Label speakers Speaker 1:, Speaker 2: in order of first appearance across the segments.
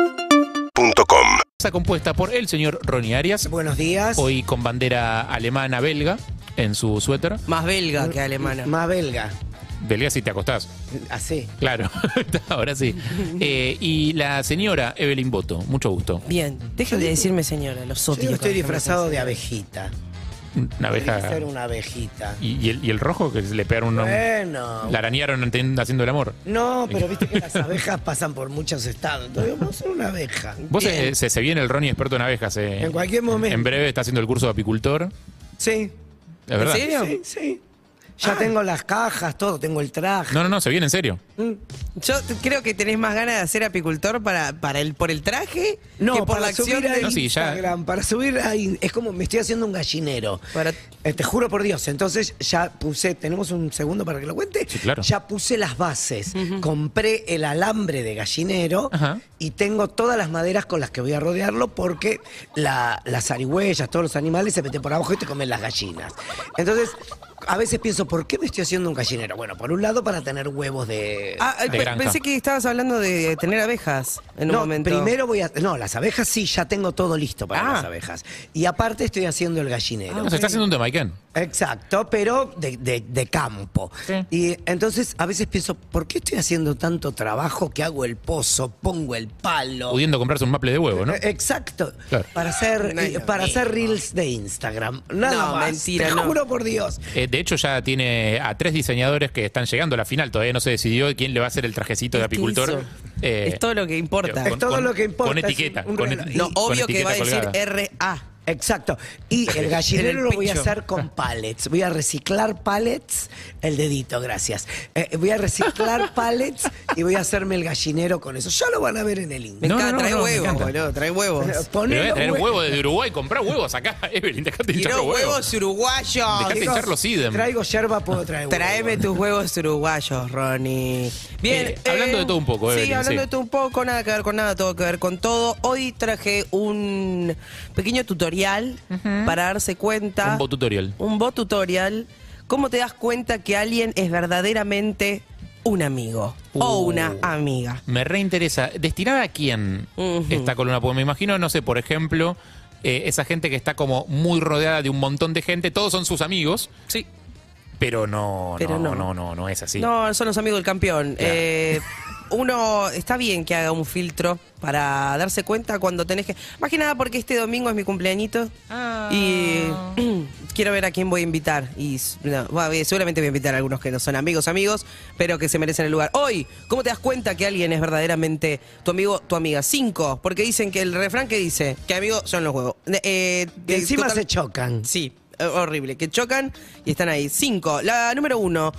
Speaker 1: UrbanaPlayFM.com
Speaker 2: Está compuesta por el señor Ronnie Arias,
Speaker 3: Buenos días.
Speaker 2: hoy con bandera alemana belga en su suéter.
Speaker 4: Más belga que alemana.
Speaker 3: Más belga.
Speaker 2: Belga si te acostás.
Speaker 3: Así.
Speaker 2: Claro, ahora sí. Eh, y la señora Evelyn Boto, mucho gusto.
Speaker 4: Bien, dejen de decirme señora, los
Speaker 3: Yo
Speaker 4: odio.
Speaker 3: estoy
Speaker 4: cuando me
Speaker 3: disfrazado
Speaker 4: hacen
Speaker 3: de
Speaker 4: señora.
Speaker 3: abejita.
Speaker 2: Una
Speaker 3: Podría
Speaker 2: abeja.
Speaker 3: ser una abejita.
Speaker 2: ¿Y, y el, y el rojo que le pegaron una-
Speaker 3: Bueno.
Speaker 2: La arañaron ante- haciendo el amor.
Speaker 3: No, pero viste que las abejas pasan por muchos estados. Entonces, vos sos una abeja.
Speaker 2: Vos
Speaker 4: Bien.
Speaker 2: eh, se, se viene el Ronnie experto en abejas. eh.
Speaker 3: En cualquier momento.
Speaker 2: En breve está haciendo el curso de apicultor.
Speaker 3: Sí.
Speaker 2: ¿Es verdad?
Speaker 4: serio?
Speaker 3: Sí, Ah. sí. Ya tengo las cajas, todo. Tengo el traje.
Speaker 2: No, no, no, se viene en serio.
Speaker 4: Yo t- creo que tenés más ganas de ser apicultor para, para el, por el traje
Speaker 3: No,
Speaker 4: que por
Speaker 3: para
Speaker 4: la acción.
Speaker 3: subir a
Speaker 4: de-
Speaker 2: No, sí, ya.
Speaker 3: Instagram, para subir a in- es como me estoy haciendo un gallinero.
Speaker 4: Para-
Speaker 3: Eh, te juro por Dios, entonces ya puse, tenemos un segundo para que lo cuente,
Speaker 2: Sí, claro.
Speaker 3: ya puse las bases, compré el alambre de gallinero
Speaker 2: Ajá.
Speaker 3: y tengo todas las maderas con las que voy a rodearlo porque la- las arihuellas, todos los animales se meten por abajo y te comen las gallinas. Entonces, a veces pienso, ¿por qué me estoy haciendo un gallinero? Bueno, por un lado para tener huevos de...
Speaker 4: Ah,
Speaker 2: De
Speaker 4: eh, pe-
Speaker 2: granja.
Speaker 4: pensé que estabas hablando de tener abejas en
Speaker 3: no,
Speaker 4: un momento.
Speaker 3: primero voy a. No, las abejas sí, ya tengo todo listo para
Speaker 4: Ah.
Speaker 3: las abejas. Y aparte estoy haciendo el gallinero.
Speaker 2: No, se está haciendo un tema, Iken.
Speaker 3: Exacto, pero de, de- de campo.
Speaker 2: Sí.
Speaker 3: Y entonces a veces pienso, ¿por qué estoy haciendo tanto trabajo que hago el pozo, pongo el palo?
Speaker 2: Pudiendo comprarse un maple de huevo, ¿no?
Speaker 3: Eh, Exacto.
Speaker 2: Claro.
Speaker 3: Para hacer
Speaker 4: No es lo
Speaker 3: para hacer
Speaker 4: mismo.
Speaker 3: reels de Instagram. Nada
Speaker 4: No,
Speaker 3: más.
Speaker 4: mentira,
Speaker 3: Te
Speaker 4: no.
Speaker 3: juro por Dios.
Speaker 2: Eh, de hecho, ya tiene a tres diseñadores que están llegando a la final. Todavía no se decidió quién le va a hacer el trajecito de
Speaker 4: ¿Qué
Speaker 2: apicultor.
Speaker 4: hizo?
Speaker 2: Eh,
Speaker 4: es todo lo que importa.
Speaker 3: Es todo lo que importa,
Speaker 2: Con
Speaker 3: es un-
Speaker 2: etiqueta.
Speaker 3: un
Speaker 2: con
Speaker 3: reloj.
Speaker 2: eti-
Speaker 4: no,
Speaker 2: con
Speaker 4: obvio que
Speaker 2: etiqueta
Speaker 4: va a decir "Eh,
Speaker 2: colgada.
Speaker 4: RA.
Speaker 3: Exacto. Y el gallinero
Speaker 4: En el
Speaker 3: lo voy a
Speaker 4: pincho.
Speaker 3: hacer con pallets. Voy a reciclar pallets. El dedito, gracias. Eh, voy a reciclar pallets y voy a hacerme el gallinero con eso. Ya lo van a ver en el
Speaker 4: Me
Speaker 3: Instagram.
Speaker 2: No,
Speaker 4: encanta,
Speaker 2: no, no,
Speaker 4: trae
Speaker 2: no, me
Speaker 4: huevos,
Speaker 2: encanta.
Speaker 4: boludo, trae huevos.
Speaker 2: Pero voy
Speaker 3: Poné
Speaker 2: a traer
Speaker 3: los hue-
Speaker 2: huevos desde Uruguay. Comprá huevos acá, Evelyn. Dejate de hinchar
Speaker 4: Tiró
Speaker 2: los huevos.
Speaker 4: huevos uruguayos.
Speaker 2: Dejate
Speaker 3: Chicos,
Speaker 2: hinchar los idem.
Speaker 3: Traigo yerba, puedo traer huevos.
Speaker 4: Traeme tus huevos uruguayos, Ronnie. Bien.
Speaker 2: Eh, hablando de todo un poco,
Speaker 4: Sí,
Speaker 2: Evelyn,
Speaker 4: hablando
Speaker 2: sí.
Speaker 4: de todo un poco, nada que ver con nada, todo que ver con todo. Hoy traje un pequeño tutorial para darse cuenta.
Speaker 2: Un bot tutorial.
Speaker 4: Un bot tutorial. ¿Cómo te das cuenta que alguien es verdaderamente un amigo o
Speaker 2: Uh.
Speaker 4: una amiga?
Speaker 2: Me reinteresa. ¿Destinada a quién
Speaker 4: Ujú.
Speaker 2: esta columna? Porque me imagino, no sé, por ejemplo, eh, esa gente que está como muy rodeada de un montón de gente. Todos son sus amigos,
Speaker 4: Sí.
Speaker 2: pero no,
Speaker 4: Pero
Speaker 2: no, no,
Speaker 4: no.
Speaker 2: no, no, es así.
Speaker 4: No, son los amigos del campeón.
Speaker 2: Claro.
Speaker 4: Eh, uno está bien que haga un filtro para darse cuenta cuando tenés que. Más que nada porque este domingo es mi cumpleañito y quiero ver a quién voy a invitar. Y s- no, va, eh, seguramente voy a invitar a algunos que no son amigos, amigos, pero que se merecen el lugar. Hoy, ¿cómo te das cuenta que alguien es verdaderamente tu amigo, tu amiga? Cinco, porque dicen que el refrán que dice que amigos son los huevos. Eh, eh,
Speaker 3: Y encima
Speaker 4: total-
Speaker 3: se chocan.
Speaker 4: Sí, eh, horrible. Que chocan y están ahí. Cinco. La número uno.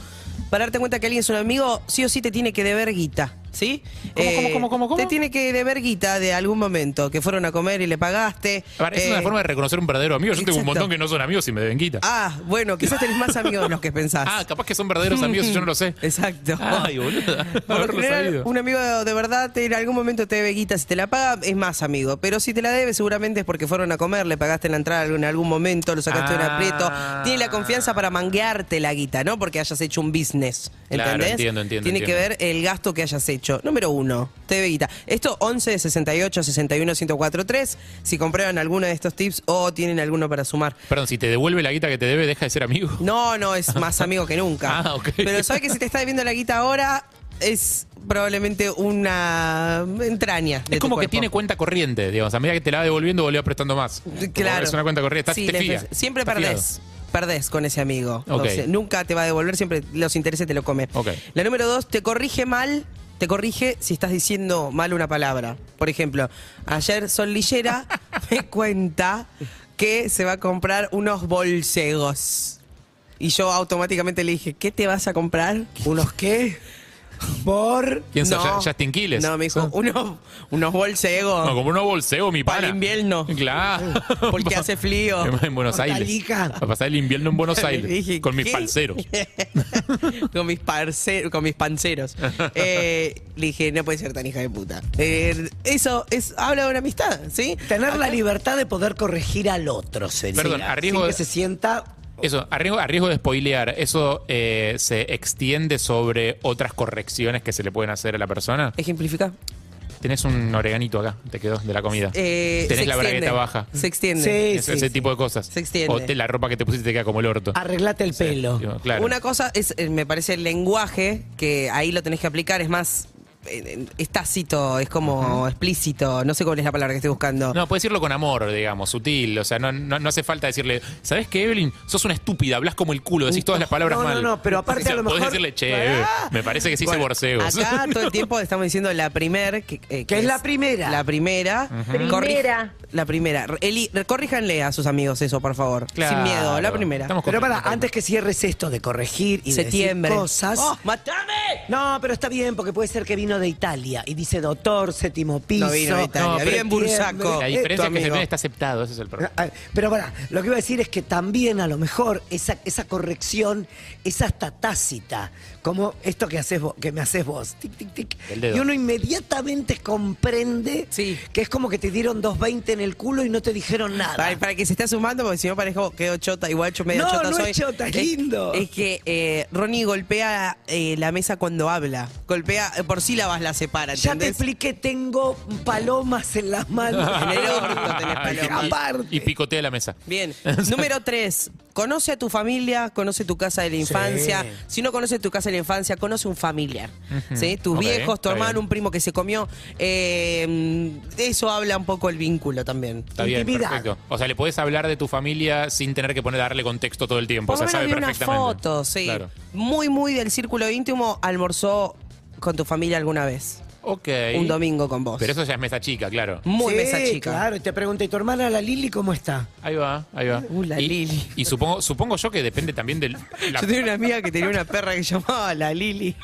Speaker 4: Para darte cuenta que alguien es un amigo, sí o sí te tiene que deber guita. ¿Sí?
Speaker 2: ¿Cómo,
Speaker 4: Eh,
Speaker 2: cómo, cómo, cómo, cómo?
Speaker 4: Te tiene que deber guita de algún momento. Que fueron a comer y le pagaste.
Speaker 2: A ver, es
Speaker 4: Eh,
Speaker 2: una forma de reconocer un verdadero amigo. Yo tengo un
Speaker 4: exacto.
Speaker 2: montón que no son amigos y me deben guita.
Speaker 4: Ah, bueno, quizás tenés más amigos de los que pensás.
Speaker 2: Ah, capaz que son verdaderos amigos y yo no lo sé.
Speaker 4: Exacto.
Speaker 2: Ay, boluda.
Speaker 4: Por lo
Speaker 2: Haberlo
Speaker 4: general,
Speaker 2: sabido.
Speaker 4: un amigo de verdad te- en algún momento te debe guita. Si te la paga, es más amigo. Pero si te la debe, seguramente es porque fueron a comer, le pagaste en la entrada en algún momento, lo sacaste de un
Speaker 2: Ah.
Speaker 4: aprieto. Tiene la confianza para manguearte la guita, ¿no? Porque hayas hecho un business.
Speaker 2: Claro,
Speaker 4: ¿Entendés?
Speaker 2: entiendo, entiendo,
Speaker 4: Tiene que
Speaker 2: entiendo.
Speaker 4: ver el gasto que hayas hecho. Número uno, te debe guita. Esto 11 68 61 1043. Si compraron alguno de estos tips o tienen alguno para sumar.
Speaker 2: Perdón, si te devuelve la guita que te debe, deja de ser amigo.
Speaker 4: No, no, es más amigo que nunca.
Speaker 2: Ah, ok.
Speaker 4: Pero sabe que si te está debiendo la guita ahora, es probablemente una entraña. de
Speaker 2: Es
Speaker 4: tu
Speaker 2: como que
Speaker 4: cuerpo.
Speaker 2: tiene cuenta corriente, digamos. A medida que te la va devolviendo, volvés prestando más.
Speaker 4: Claro.
Speaker 2: Es una cuenta corriente. Estás,
Speaker 4: Sí,
Speaker 2: te
Speaker 4: le-
Speaker 2: fía.
Speaker 4: Siempre
Speaker 2: Estás
Speaker 4: perdés. Perdés con ese amigo.
Speaker 2: Ok.
Speaker 4: Entonces, nunca te va a devolver, siempre los intereses te lo come.
Speaker 2: Ok.
Speaker 4: La número dos, te corrige mal. Te corrige si estás diciendo mal una palabra. Por ejemplo, ayer Sol Lillera me cuenta que se va a comprar unos bolsegos. Y yo automáticamente le dije, ¿qué te vas a comprar?
Speaker 3: ¿Unos qué? Por.
Speaker 2: ¿Quién sos, Ja- Justin Quiles? Ah.
Speaker 4: No, me dijo, unos, unos bolsegos.
Speaker 2: No, como uno bolseo, mi
Speaker 4: Para
Speaker 2: pana.
Speaker 4: el invierno.
Speaker 2: Claro.
Speaker 4: Porque hace frío.
Speaker 2: En Buenos Aires.
Speaker 3: Hortaliza.
Speaker 2: Para pasar el invierno en Buenos Aires.
Speaker 4: Dije,
Speaker 2: Con mis
Speaker 4: ¿qué?
Speaker 2: falseros.
Speaker 4: con mis parce- con mis panceros. Eh, le dije, no puede ser tan hija de puta. Eh, eso es, habla de una amistad, ¿sí?
Speaker 3: Tener la libertad de poder corregir al otro sería.
Speaker 2: Perdón, a riesgo
Speaker 3: sin
Speaker 2: de-
Speaker 3: que se sienta
Speaker 2: Eso, a riesgo, a riesgo de spoilear, ¿eso eh, se extiende sobre otras correcciones que se le pueden hacer a la persona?
Speaker 3: Eh.
Speaker 4: Ejemplifica.
Speaker 2: Tenés un oreganito acá, te quedó de la comida.
Speaker 4: Eh,
Speaker 2: Tenés
Speaker 4: se
Speaker 2: la
Speaker 4: extiende,
Speaker 2: bragueta baja.
Speaker 4: Se extiende.
Speaker 3: Sí,
Speaker 2: Es- ese tipo de cosas.
Speaker 4: Se extiende.
Speaker 2: O te- la ropa que te pusiste te queda como el orto.
Speaker 3: Arreglate el pelo.
Speaker 2: Digo, claro.
Speaker 4: Una cosa es, eh, me parece, el lenguaje, que ahí lo tenés que aplicar, es más, eh, es tácito, es como explícito, no sé cuál es la palabra que estoy buscando.
Speaker 2: No, puedes decirlo con amor, digamos, sutil. O sea, no, no, no hace falta decirle, ¿sabes qué, Evelyn? Sos una estúpida, hablas como el culo, decís todas las palabras
Speaker 3: Uh, No, no,
Speaker 2: mal.
Speaker 3: no, pero aparte a lo
Speaker 2: Podés
Speaker 3: mejor-
Speaker 2: decirle, che,
Speaker 3: Pará.
Speaker 2: eh, me parece que sí se
Speaker 4: Bueno,
Speaker 2: borcegos.
Speaker 4: Acá todo el tiempo estamos diciendo la primer. Que, eh,
Speaker 3: Que es la primera.
Speaker 4: La primera. Corrij-
Speaker 1: Primera.
Speaker 4: La primera. Re- Eli, re- corríjanle a sus amigos eso, por favor.
Speaker 2: Claro.
Speaker 4: Sin miedo, la primera.
Speaker 2: Estamos con-
Speaker 3: Pero para, antes que cierres esto de corregir y
Speaker 4: Septiembre.
Speaker 3: decir cosas.
Speaker 4: ¡Oh, ¡Matame!
Speaker 3: No, pero está bien, porque puede ser que vino de Italia y dice doctor, séptimo piso.
Speaker 4: No vino de Italia,
Speaker 2: No, vive
Speaker 4: en Bursaco.
Speaker 2: La
Speaker 4: Eh,
Speaker 2: diferencia es
Speaker 4: tu
Speaker 2: que
Speaker 4: amigo.
Speaker 2: también está aceptado, ese es el problema.
Speaker 3: Ah, Pero para, lo que iba a decir es que también a lo mejor esa, esa corrección es hasta tácita, como esto que, haces vos- que me haces vos, tic, tic, tic.
Speaker 2: El dedo.
Speaker 3: Y uno inmediatamente comprende
Speaker 4: Sí.
Speaker 3: que es como que te dieron 2.20 en el culo y no te dijeron nada.
Speaker 4: Para, para que se esté sumando, porque si no parezco quedo chota, igual yo medio
Speaker 3: No, no
Speaker 4: chota
Speaker 3: es
Speaker 4: soy.
Speaker 3: chota, es lindo.
Speaker 4: Es que eh, Ronnie golpea eh, la mesa cuando habla. Golpea, eh, por sílabas la separa,
Speaker 3: ya te
Speaker 4: ¿entendés?
Speaker 3: expliqué, tengo palomas en las manos.
Speaker 4: En el orto tenés palomas.
Speaker 3: Aparte.
Speaker 2: Y picotea la mesa.
Speaker 4: Bien. Número tres, conoce a tu familia, conoce tu casa de la infancia. Si no conoce tu casa de la infancia, conoce un familiar. ¿sí? Tus
Speaker 2: Ok,
Speaker 4: viejos, tu
Speaker 2: está
Speaker 4: hermano,
Speaker 2: bien.
Speaker 4: un primo que se comió. Eh, de eso habla un poco el vínculo también.
Speaker 2: Está bien,
Speaker 3: Intimidad.
Speaker 2: perfecto. O sea, le podés hablar de tu familia sin tener que poner, darle contexto todo el tiempo.
Speaker 4: Por lo
Speaker 2: o sea,
Speaker 4: menos
Speaker 2: sabe
Speaker 4: vi una
Speaker 2: perfectamente.
Speaker 4: foto, sí.
Speaker 2: Claro.
Speaker 4: Muy, muy del círculo íntimo, almorzó con tu familia alguna vez.
Speaker 2: Ok.
Speaker 4: Un domingo con vos.
Speaker 2: Pero eso ya es mesa chica, claro.
Speaker 4: Muy
Speaker 3: Sí,
Speaker 4: mesa chica.
Speaker 3: Claro, y te pregunté, ¿y tu hermana la Lili cómo está?
Speaker 2: Ahí va, ahí va.
Speaker 4: Uh, la
Speaker 2: y,
Speaker 4: Lili.
Speaker 2: Y supongo, supongo yo que depende también del. la-
Speaker 4: Yo tenía una amiga que tenía una perra que llamaba la Lili.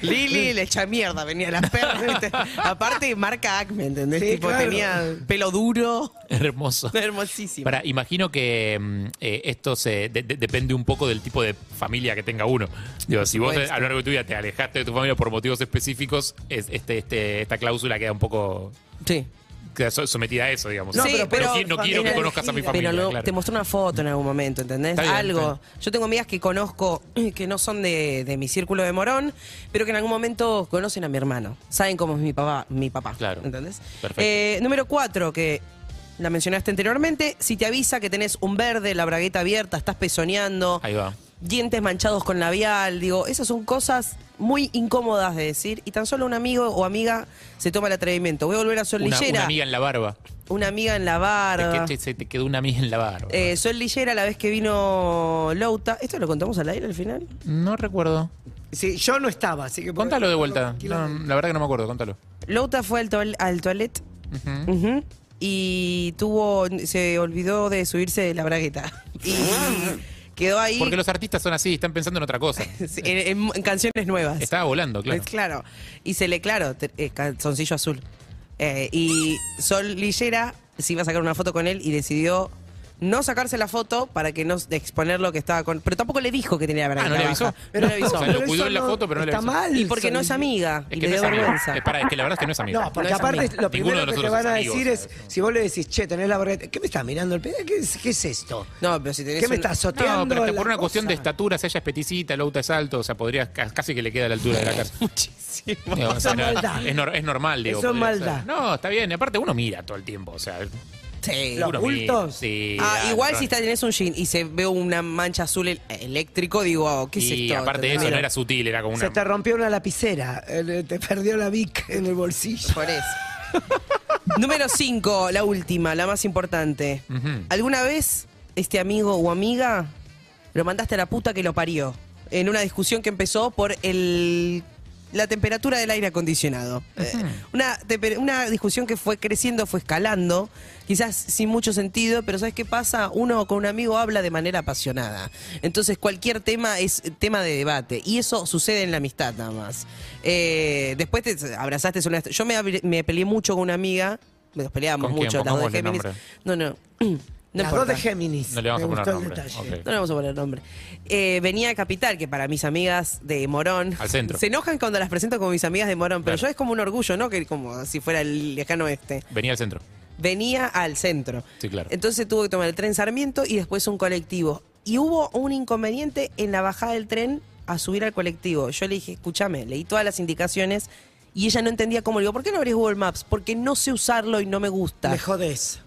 Speaker 4: Lili le echa mierda, venía la perra. ¿viste? Aparte, marca Acme, ¿entendés?
Speaker 3: Sí,
Speaker 4: tipo,
Speaker 3: claro.
Speaker 4: tenía pelo duro,
Speaker 2: Hermoso.
Speaker 4: hermosísimo.
Speaker 2: Para, imagino que mm, eh, esto se de- de- depende un poco del tipo de familia que tenga uno. Digo, si vos
Speaker 4: supuesto.
Speaker 2: a lo largo de tu vida te alejaste de tu familia por motivos específicos, es- este, este, esta cláusula queda un poco
Speaker 4: Sí.
Speaker 2: queda so- sometida a eso, digamos.
Speaker 4: No, Sí, pero- pero
Speaker 2: qui- no quiero que
Speaker 4: familia
Speaker 2: conozcas a mi
Speaker 3: elegida.
Speaker 2: familia.
Speaker 4: Pero no-
Speaker 2: claro.
Speaker 4: te mostró una foto en algún momento, ¿entendés?
Speaker 2: Está bien,
Speaker 4: Algo.
Speaker 2: está bien.
Speaker 4: Yo tengo amigas que conozco que no son de, de mi círculo de Morón, pero que en algún momento conocen a mi hermano. Saben cómo es mi papá. Mi papá
Speaker 2: Claro.
Speaker 4: ¿Entendés?
Speaker 2: Perfecto.
Speaker 4: Eh, número cuatro, que la mencionaste anteriormente. Si te avisa que tenés un verde, la bragueta abierta, estás pezoneando.
Speaker 2: Ahí va.
Speaker 4: Dientes manchados con labial, digo, esas son cosas muy incómodas de decir y tan solo un amigo o amiga se toma el atrevimiento. Voy a volver a
Speaker 2: Una,
Speaker 4: Solillera,
Speaker 2: una amiga en la barba.
Speaker 4: una amiga en la barba.
Speaker 2: Te, que- este se te quedó una amiga en la barba.
Speaker 4: Eh, Sol Lillera, la vez que vino Louta. ¿Esto lo contamos al aire al final?
Speaker 2: no recuerdo.
Speaker 3: Sí, yo no estaba, así que...
Speaker 2: Contalo de vuelta. No, la verdad que no me acuerdo, contalo.
Speaker 4: Louta fue al, toal- al toilet
Speaker 2: Ujú.
Speaker 4: ujú, y tuvo. se olvidó de subirse la bragueta. Y quedó ahí
Speaker 2: Porque los artistas son así, están pensando en otra cosa.
Speaker 4: en, en- en canciones nuevas.
Speaker 2: Estaba volando, claro.
Speaker 4: Es claro. Y se le, claro, te- eh, calzoncillo azul. Eh, y Sol Lillera se iba a sacar una foto con él y decidió no sacarse la foto para que no s- exponer lo que estaba con. Pero tampoco le dijo que tenía la
Speaker 2: Ah,
Speaker 4: bragueta
Speaker 2: no le avisó.
Speaker 4: baja. No le
Speaker 2: O
Speaker 4: avisó.
Speaker 2: sea, lo cuidó en la foto, pero no le
Speaker 3: Está
Speaker 2: avisó.
Speaker 3: mal.
Speaker 4: Y porque no es
Speaker 3: Solís.
Speaker 4: amiga
Speaker 2: Es
Speaker 4: y
Speaker 2: que
Speaker 4: le
Speaker 2: no es
Speaker 4: dio
Speaker 2: amiga.
Speaker 4: vergüenza.
Speaker 2: Es, pará, es que la verdad es que no es amiga.
Speaker 3: No, porque
Speaker 4: No es
Speaker 3: aparte
Speaker 4: amigo.
Speaker 3: lo
Speaker 2: Ninguno de
Speaker 3: primero que te
Speaker 2: nosotros
Speaker 3: van a
Speaker 2: es amigo,
Speaker 3: decir
Speaker 2: o
Speaker 3: es,
Speaker 2: sea,
Speaker 3: si vos le decís, che, tenés la bragueta, ¿qué me estás mirando el pedo? ¿Qué, es- qué es esto?
Speaker 4: No, pero si tenés
Speaker 3: ¿Qué me
Speaker 4: un-
Speaker 3: estás soteando?
Speaker 2: No, pero
Speaker 3: la
Speaker 2: por una cuestión
Speaker 3: cosa?
Speaker 2: de estaturas, ella es peticita, Louta es alto, o sea, podría ca- casi que le queda a la altura de la casa.
Speaker 4: Muchísimo.
Speaker 2: Digo, o sea,
Speaker 3: Eso es maldad.
Speaker 2: es, nor- es normal, digo.
Speaker 3: Eso es
Speaker 2: podría ser.
Speaker 3: maldad.
Speaker 2: No, está bien, y aparte uno mira todo el tiempo, o sea,
Speaker 4: Sí.
Speaker 3: Los
Speaker 2: uno
Speaker 3: bultos.
Speaker 2: sí,
Speaker 4: Ah,
Speaker 2: dale,
Speaker 4: igual
Speaker 2: perdón.
Speaker 4: si está- tenés un jean y se ve una mancha azul el- eléctrico, digo, oh, ¿qué es
Speaker 2: Y
Speaker 4: esto?
Speaker 2: aparte de eso,
Speaker 4: ¿Entendés?
Speaker 2: no era sutil, era como una.
Speaker 3: Se te rompió una lapicera, eh, te perdió la Vic en el bolsillo.
Speaker 4: Por eso. Número 5, la última, la más importante.
Speaker 2: Ujú.
Speaker 4: ¿Alguna vez este amigo o amiga lo mandaste a la puta que lo parió? En una discusión que empezó por el la temperatura del aire acondicionado. Eh, una, temper- una discusión que fue creciendo, fue escalando, quizás sin mucho sentido, pero ¿sabes qué pasa? Uno con un amigo habla de manera apasionada. Entonces cualquier tema es tema de debate. Y eso sucede en la amistad nada más. Eh, después te abrazaste una... Yo me, abri- me peleé mucho con una amiga, nos peleábamos
Speaker 2: ¿Con quién?
Speaker 4: mucho, las dos de
Speaker 2: Pongámosle
Speaker 4: Géminis. No, no. No
Speaker 3: Las
Speaker 4: importa.
Speaker 3: dos de Géminis.
Speaker 2: No le vamos
Speaker 3: Me
Speaker 2: a poner
Speaker 3: gustó el
Speaker 2: nombre.
Speaker 3: detalle.
Speaker 2: Ok.
Speaker 4: No le vamos a poner nombre. Eh, venía de Capital, que para mis amigas de Morón.
Speaker 2: Al centro.
Speaker 4: Se enojan cuando las presento como mis amigas de Morón, pero
Speaker 2: Claro.
Speaker 4: yo es como un orgullo, ¿no? Que como si fuera el lejano este.
Speaker 2: Venía al centro.
Speaker 4: Venía al centro.
Speaker 2: Sí, claro.
Speaker 4: Entonces tuvo que tomar el tren Sarmiento y después un colectivo. y hubo un inconveniente en la bajada del tren a subir al colectivo. Yo le dije, escúchame, leí todas las indicaciones y ella no entendía cómo. Le digo, ¿por qué no abrís Google Maps? Porque no sé usarlo y no me gusta.
Speaker 3: Me jodés.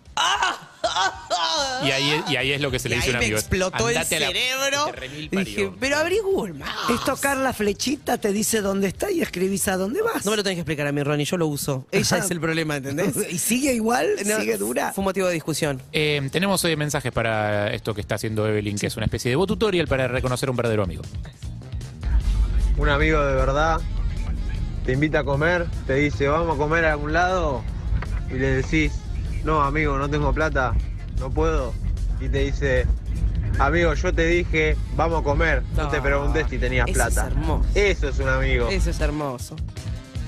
Speaker 2: Y ahí, es- y ahí es lo que se le
Speaker 4: Y
Speaker 2: dice a un
Speaker 4: ahí me
Speaker 2: amigo. es,
Speaker 4: explotó el
Speaker 2: "Andate a la-
Speaker 4: cerebro.
Speaker 2: te remil
Speaker 4: Y
Speaker 2: parió".
Speaker 4: dije, pero abrí Google Maps.
Speaker 3: Es tocar la flechita, te dice dónde está y escribís a dónde vas.
Speaker 4: No me lo tenés que explicar a mí, Ronnie, yo lo uso. Ella
Speaker 3: Ajá.
Speaker 4: es el problema, ¿entendés?
Speaker 3: ¿Y sigue igual?
Speaker 4: No,
Speaker 3: ¿Sigue dura?
Speaker 4: Fue un motivo de discusión.
Speaker 2: Eh, tenemos eh, mensajes para esto que está haciendo Evelyn, que es una especie de voz tutorial para reconocer a un verdadero amigo.
Speaker 1: Un amigo de verdad te invita a comer, te dice vamos a comer a algún lado y le decís, no amigo, no tengo plata, no puedo. Y te dice, amigo, yo te dije, vamos a comer, no, te
Speaker 4: No,
Speaker 1: pregunté si tenías
Speaker 4: eso es
Speaker 1: plata.
Speaker 4: hermoso.
Speaker 1: Eso es un amigo.
Speaker 4: Eso es hermoso.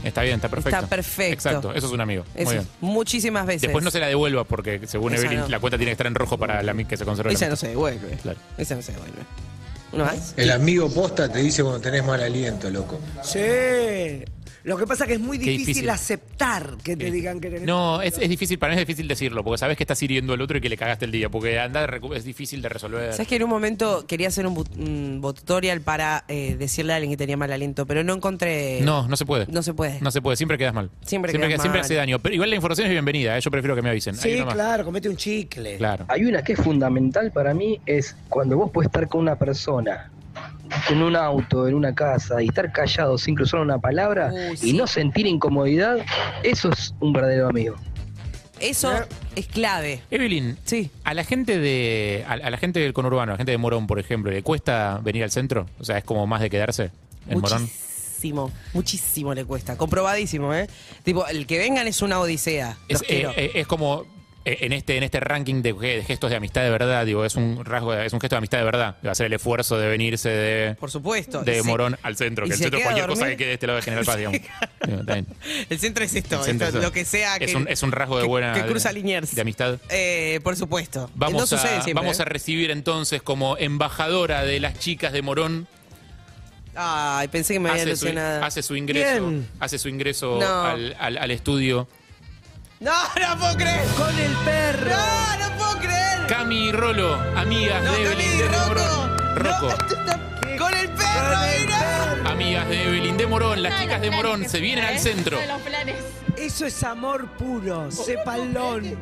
Speaker 2: Está bien, está perfecto.
Speaker 4: Está perfecto.
Speaker 2: Exacto, eso es un amigo.
Speaker 4: Eso
Speaker 2: Muy
Speaker 4: es
Speaker 2: bien.
Speaker 4: muchísimas veces.
Speaker 2: Después no se la devuelva porque según
Speaker 4: Esa
Speaker 2: Evelyn
Speaker 4: no.
Speaker 2: la cuenta tiene que estar en rojo para la mi- que se conserve. la
Speaker 4: Esa no
Speaker 2: mitad.
Speaker 4: se devuelve.
Speaker 2: Claro.
Speaker 4: Esa no se devuelve. ¿No más?
Speaker 5: El amigo posta te dice cuando tenés mal aliento, loco.
Speaker 3: Sí. Lo que pasa que es muy
Speaker 2: Qué
Speaker 3: difícil,
Speaker 2: difícil.
Speaker 3: aceptar que te
Speaker 2: Sí.
Speaker 3: digan que tenés...
Speaker 2: No, es, es difícil, para mí es difícil decirlo, porque sabes que estás hiriendo al otro y que le cagaste el día, porque anda, recu- es difícil de resolver.
Speaker 4: Sabes que en un momento quería hacer un, bu- un bot tutorial para eh, decirle a alguien que tenía mal aliento, pero no encontré.
Speaker 2: No, no se puede.
Speaker 4: No se puede.
Speaker 2: No se puede, siempre quedas mal.
Speaker 4: Siempre
Speaker 2: siempre,
Speaker 4: quedas
Speaker 2: que- siempre
Speaker 4: mal.
Speaker 2: hace daño. Pero igual la información es bienvenida, ¿eh? yo prefiero que me avisen. Hay
Speaker 3: Sí,
Speaker 2: una más.
Speaker 3: claro, comete un chicle.
Speaker 2: Claro.
Speaker 6: Hay una que es fundamental para mí, es cuando vos podés estar con una persona, en un auto, en una casa, y estar callado sin cruzar una palabra
Speaker 4: Uy,
Speaker 6: y
Speaker 4: sí.
Speaker 6: no sentir incomodidad, eso es un verdadero amigo.
Speaker 4: Eso es clave.
Speaker 2: Evelyn,
Speaker 4: Sí.
Speaker 2: a la gente de a, a la gente del conurbano, a la gente de Morón, por ejemplo, ¿le cuesta venir al centro? O sea, es como más de quedarse en Morón.
Speaker 4: Muchísimo, muchísimo le cuesta. Comprobadísimo, ¿eh? Tipo, el que vengan es una odisea.
Speaker 2: Es,
Speaker 4: Los quiero.
Speaker 2: eh, eh, es como eh, en este en este ranking de, ge- de gestos de amistad de verdad, digo, es un rasgo, de- es un gesto de amistad de verdad. Va a hacer el esfuerzo de venirse de,
Speaker 4: Por supuesto. Y
Speaker 2: de
Speaker 4: se-
Speaker 2: Morón al centro,
Speaker 4: y
Speaker 2: que el
Speaker 4: se
Speaker 2: centro es
Speaker 4: queda
Speaker 2: cualquier
Speaker 4: a
Speaker 2: cosa
Speaker 4: dormir.
Speaker 2: que quede de este lado de General Paz, digamos. Digo, está bien.
Speaker 4: El centro es esto,
Speaker 2: El centro
Speaker 4: esto,
Speaker 2: es-
Speaker 4: lo que sea que.
Speaker 2: es un, es un rasgo de
Speaker 4: que-
Speaker 2: buena
Speaker 4: Que cruza
Speaker 2: de-
Speaker 4: Liniers.
Speaker 2: de amistad.
Speaker 4: Eh, por supuesto.
Speaker 2: Vamos,
Speaker 4: no sucede
Speaker 2: a,
Speaker 4: siempre.
Speaker 2: vamos a
Speaker 4: ¿eh?
Speaker 2: recibir entonces como embajadora de las chicas de Morón.
Speaker 4: Ay, pensé que me había
Speaker 2: Hace su,
Speaker 4: ilusionado.
Speaker 2: hace su ingreso,
Speaker 3: Bien.
Speaker 2: hace su ingreso
Speaker 4: No.
Speaker 2: al, al- al estudio.
Speaker 4: No, no puedo creer.
Speaker 3: Con el perro.
Speaker 4: No, no puedo creer.
Speaker 2: Cami y Rolo, amigas
Speaker 4: No,
Speaker 2: de Evelyn
Speaker 4: Cami,
Speaker 2: de Morón.
Speaker 4: Rocco.
Speaker 2: Rocco,
Speaker 4: No, con el perro, mira.
Speaker 2: amigas de Evelyn de Morón, las
Speaker 7: Uno
Speaker 2: chicas
Speaker 7: los
Speaker 2: de
Speaker 7: planes
Speaker 2: Morón
Speaker 7: que
Speaker 2: se vienen
Speaker 7: ¿eh?
Speaker 2: al centro.
Speaker 7: Uno de los planes.
Speaker 3: Eso es amor puro, cepalón.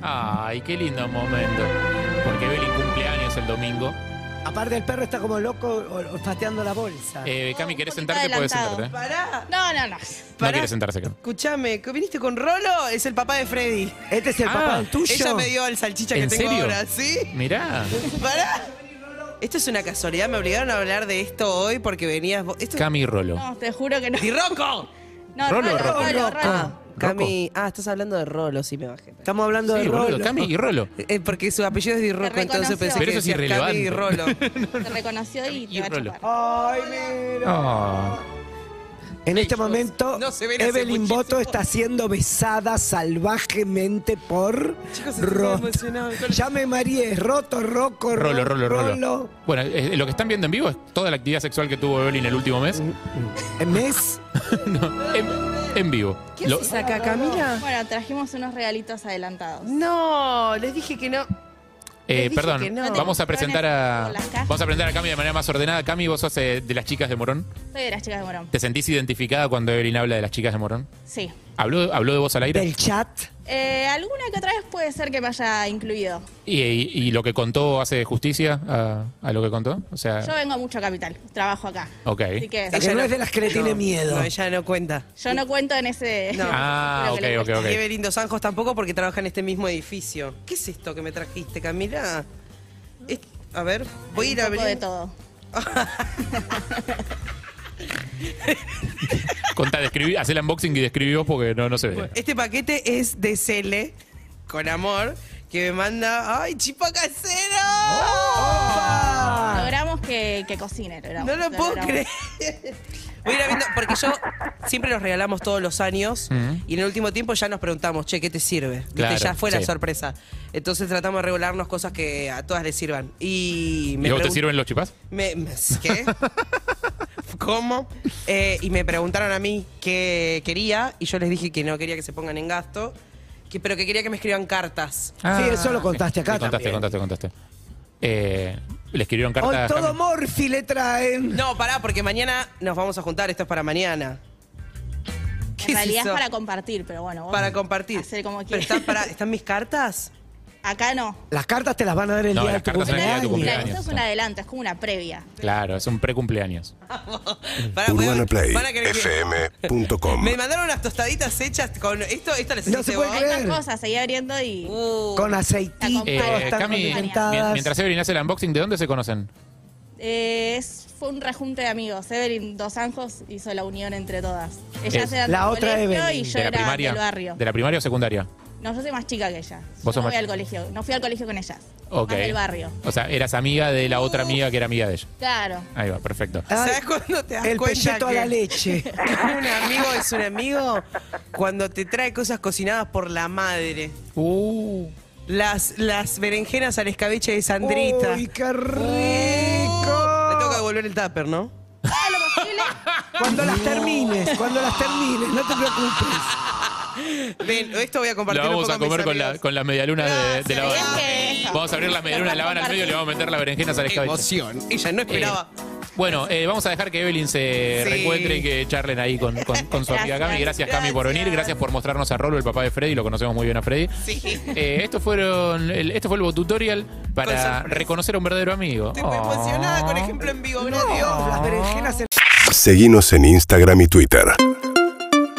Speaker 2: Ay, qué lindo momento. Porque Evelyn cumple años el domingo.
Speaker 3: Aparte el perro está como loco o- o pateando la bolsa.
Speaker 2: Eh, Cami,
Speaker 7: Un
Speaker 2: ¿querés
Speaker 7: poquito
Speaker 2: sentarte? Puedes
Speaker 7: adelantado.
Speaker 2: sentarte. ¿eh?
Speaker 4: Pará.
Speaker 7: No, no, no.
Speaker 2: No
Speaker 4: pará.
Speaker 2: quiere sentarse, Cami.
Speaker 4: Escuchame, ¿que viniste con Rolo? Es el papá de Freddy.
Speaker 3: Este es el
Speaker 2: Ah,
Speaker 3: papá del tuyo.
Speaker 4: Ella me dio el salchicha que
Speaker 2: ¿En
Speaker 4: tengo
Speaker 2: serio?
Speaker 4: ahora, ¿sí?
Speaker 2: Mirá.
Speaker 4: Pará. Esto es una casualidad, me obligaron a hablar de esto hoy porque venías vos. Esto
Speaker 2: Cami y Rolo.
Speaker 7: No, te juro que no.
Speaker 4: ¡Y Rocco!
Speaker 7: No,
Speaker 2: Rolo,
Speaker 7: Rolo,
Speaker 2: Rolo.
Speaker 7: Rolo,
Speaker 4: Ah,
Speaker 7: Rolo.
Speaker 4: Cami. Ah, estás hablando de Rolo, sí me bajé.
Speaker 3: Estamos hablando de
Speaker 2: Sí, boludo,
Speaker 3: Rolo.
Speaker 2: Cami y Rolo.
Speaker 4: Eh, porque su apellido es Di Rocco, entonces
Speaker 7: reconoció.
Speaker 4: pensé
Speaker 2: Pero eso
Speaker 4: que
Speaker 2: es
Speaker 4: decías Cami Di
Speaker 2: irrelevante.
Speaker 4: Rolo.
Speaker 7: Te reconoció y
Speaker 2: Y
Speaker 7: te va a
Speaker 2: Rolo.
Speaker 7: chupar.
Speaker 3: Ay, mira.
Speaker 2: Ah.
Speaker 3: En este
Speaker 4: Ellos
Speaker 3: momento,
Speaker 4: no se ven hace
Speaker 3: Evelyn
Speaker 4: muchísimo.
Speaker 3: Boto está siendo besada salvajemente por
Speaker 4: Chicos, estoy
Speaker 3: Roto.
Speaker 4: emocionado.
Speaker 3: Ya me mareé, Roto, Roco,
Speaker 2: Rolo, Rolo, Rolo. Bueno, eh, lo que están viendo en vivo es toda la actividad sexual que tuvo Evelyn el último mes.
Speaker 3: En mes,
Speaker 2: No, en, en vivo.
Speaker 4: ¿Qué
Speaker 2: Lo-
Speaker 4: haces acá, Camila?
Speaker 7: Bueno, trajimos unos regalitos adelantados.
Speaker 4: No, les dije que no.
Speaker 2: eh,
Speaker 4: les dije que
Speaker 2: perdón,
Speaker 4: no.
Speaker 2: vamos a presentar a
Speaker 7: Las cajas.
Speaker 2: vamos a presentar a Cami de manera más ordenada. Cami, vos sos eh, de las chicas de Morón.
Speaker 7: Soy de las chicas de Morón.
Speaker 2: ¿Te sentís identificada cuando Evelyn habla de las chicas de Morón?
Speaker 7: Sí.
Speaker 2: ¿Habló, habló de vos al aire?
Speaker 3: del chat.
Speaker 7: Eh, alguna que otra vez puede ser que me haya incluido.
Speaker 2: ¿Y, y- y lo que contó hace justicia a, a lo que contó? O sea,
Speaker 7: Yo vengo mucho a Capital, trabajo acá.
Speaker 2: Ah. ok.
Speaker 7: Así que
Speaker 3: Ella- que no es de las que le tiene miedo.
Speaker 4: No, ella no cuenta.
Speaker 7: yo no cuento en ese.
Speaker 4: No.
Speaker 2: Ah,
Speaker 7: lo que le
Speaker 2: ok,
Speaker 7: cuesta.
Speaker 2: ok,
Speaker 4: Y
Speaker 2: ok.
Speaker 4: Evelyn Dos Anjos tampoco porque trabaja en este mismo edificio. ¿Qué es esto que me trajiste, Camila? Es- a ver, voy a ir a
Speaker 7: Un poco de
Speaker 4: abrir.
Speaker 7: todo.
Speaker 2: Contá, describí, hacé el unboxing y describí vos porque no, no se ve.
Speaker 4: Este paquete es de Cele, con amor, que me manda. ¡Ay, chipa casera!
Speaker 7: Logramos que, que cocine, logramos.
Speaker 4: Ah. No lo puedo
Speaker 7: logramos.
Speaker 4: creer. Voy a ir abriendo, porque yo siempre los regalamos todos los años
Speaker 2: Ujú.
Speaker 4: y en el último tiempo ya nos preguntamos, che, ¿qué te sirve? Viste,
Speaker 2: Mm. Claro,
Speaker 4: ya fue la
Speaker 2: sí.
Speaker 4: sorpresa. Entonces tratamos de regularnos cosas que a todas les sirvan. Y me
Speaker 2: ¿Y a vos te
Speaker 4: pregun-
Speaker 2: sirven los chipás?
Speaker 4: me- me- ¿Qué? ¿Cómo? Eh, y me preguntaron a mí qué quería y yo les dije que no quería que se pongan en gasto, que, pero que quería que me escriban cartas.
Speaker 7: Ah,
Speaker 3: sí, eso lo contaste acá
Speaker 2: Sí, Contaste,
Speaker 3: también.
Speaker 2: contaste, contaste. Eh, le escribieron
Speaker 3: Hoy
Speaker 2: cartas.
Speaker 3: todo Morphy le traen.
Speaker 4: No, pará, porque mañana nos vamos a juntar. Esto es para mañana. ¿Qué
Speaker 7: En realidad
Speaker 4: eso?
Speaker 7: es para compartir, pero bueno. vos
Speaker 4: Para compartir.
Speaker 7: Hacer como
Speaker 4: Pero
Speaker 7: quieras.
Speaker 4: están, para- ¿están mis cartas?
Speaker 7: Acá no.
Speaker 3: Las cartas te las van a dar el
Speaker 2: No,
Speaker 3: día de
Speaker 2: las
Speaker 3: tu
Speaker 2: cartas el día de tu
Speaker 3: cumpleaños.
Speaker 7: Claro,
Speaker 2: cumpleaños.
Speaker 7: esto es un adelanto, es como una previa.
Speaker 2: Claro, es un pre-cumpleaños.
Speaker 4: Pará,
Speaker 8: Urbana
Speaker 4: weón,
Speaker 8: Play
Speaker 4: van a creer que-
Speaker 8: fm.com.
Speaker 4: Me mandaron unas tostaditas hechas con esto. Esta las
Speaker 3: No
Speaker 4: hiciste
Speaker 3: se puede
Speaker 4: vos.
Speaker 3: creer.
Speaker 7: Estas cosas, seguí abriendo y.
Speaker 4: Uh,
Speaker 3: Con aceitito,
Speaker 7: Eh,
Speaker 3: están
Speaker 7: Cami,
Speaker 2: Cami,
Speaker 3: condimentadas.
Speaker 2: mien- mientras Evelyn hace el unboxing, ¿de dónde se conocen?
Speaker 7: eh, es- fue un rejunte de amigos. Evelyn Dos Anjos hizo la unión entre todas. Ellas
Speaker 2: Es-
Speaker 7: eran
Speaker 3: La
Speaker 7: del
Speaker 3: otra
Speaker 7: colegio
Speaker 3: Evelyn.
Speaker 7: y yo
Speaker 2: ¿De la
Speaker 7: era
Speaker 2: primaria?
Speaker 7: del barrio.
Speaker 2: ¿De la primaria o secundaria?
Speaker 7: No, yo soy más chica que ella.
Speaker 2: Vos
Speaker 7: yo
Speaker 2: sos
Speaker 7: no
Speaker 2: más
Speaker 7: fui al
Speaker 2: chica.
Speaker 7: colegio, no fui al colegio con ellas.
Speaker 2: Ok.
Speaker 7: Más del barrio.
Speaker 2: O sea, eras amiga de la otra amiga que era amiga de ella.
Speaker 7: Claro.
Speaker 2: Ahí va, perfecto.
Speaker 3: Ay,
Speaker 4: ¿Sabes cuándo te das
Speaker 3: Ah, el
Speaker 4: cuenta
Speaker 3: pelleto a
Speaker 4: que-
Speaker 3: la leche.
Speaker 4: Un amigo es un amigo cuando te trae cosas cocinadas por la madre.
Speaker 2: Uh,
Speaker 4: Las, las berenjenas al escabeche de Sandrita.
Speaker 3: Uy,
Speaker 4: Me
Speaker 3: qué
Speaker 4: tengo que
Speaker 3: rico.
Speaker 4: devolver el tupper, ¿no?
Speaker 7: Todo lo posible.
Speaker 3: Cuando las termines, cuando las termines, no te preocupes.
Speaker 4: Ven, esto voy a
Speaker 2: lo
Speaker 4: compartir
Speaker 2: vamos a comer con, la, con las medialunas de, de la
Speaker 7: Gracias.
Speaker 2: Habana.
Speaker 7: Es que eso.
Speaker 2: Vamos a abrir las medialunas de la Habana al medio y le vamos a meter la berenjena al escabeche.
Speaker 4: Emoción. Ella no esperaba.
Speaker 2: Bueno, eh, vamos a dejar que Evelyn se
Speaker 4: Sí.
Speaker 2: reencuentre y que charlen ahí con, con- con su amiga
Speaker 7: Gracias.
Speaker 2: Cami. Gracias, Cami, por
Speaker 4: Gracias.
Speaker 2: venir. Gracias por mostrarnos a Rolo, el papá de Freddy. Lo conocemos muy bien a Freddy.
Speaker 4: Sí.
Speaker 2: Eh, esto, fueron el- esto fue el tutorial
Speaker 4: Con
Speaker 2: para
Speaker 4: sorpresa.
Speaker 2: reconocer a un verdadero amigo. Ah.
Speaker 4: Estoy muy emocionada con este ejemplo en vivo. Gracias.
Speaker 3: Dios, Oh. las berenjenas en
Speaker 8: Seguinos en Instagram y Twitter.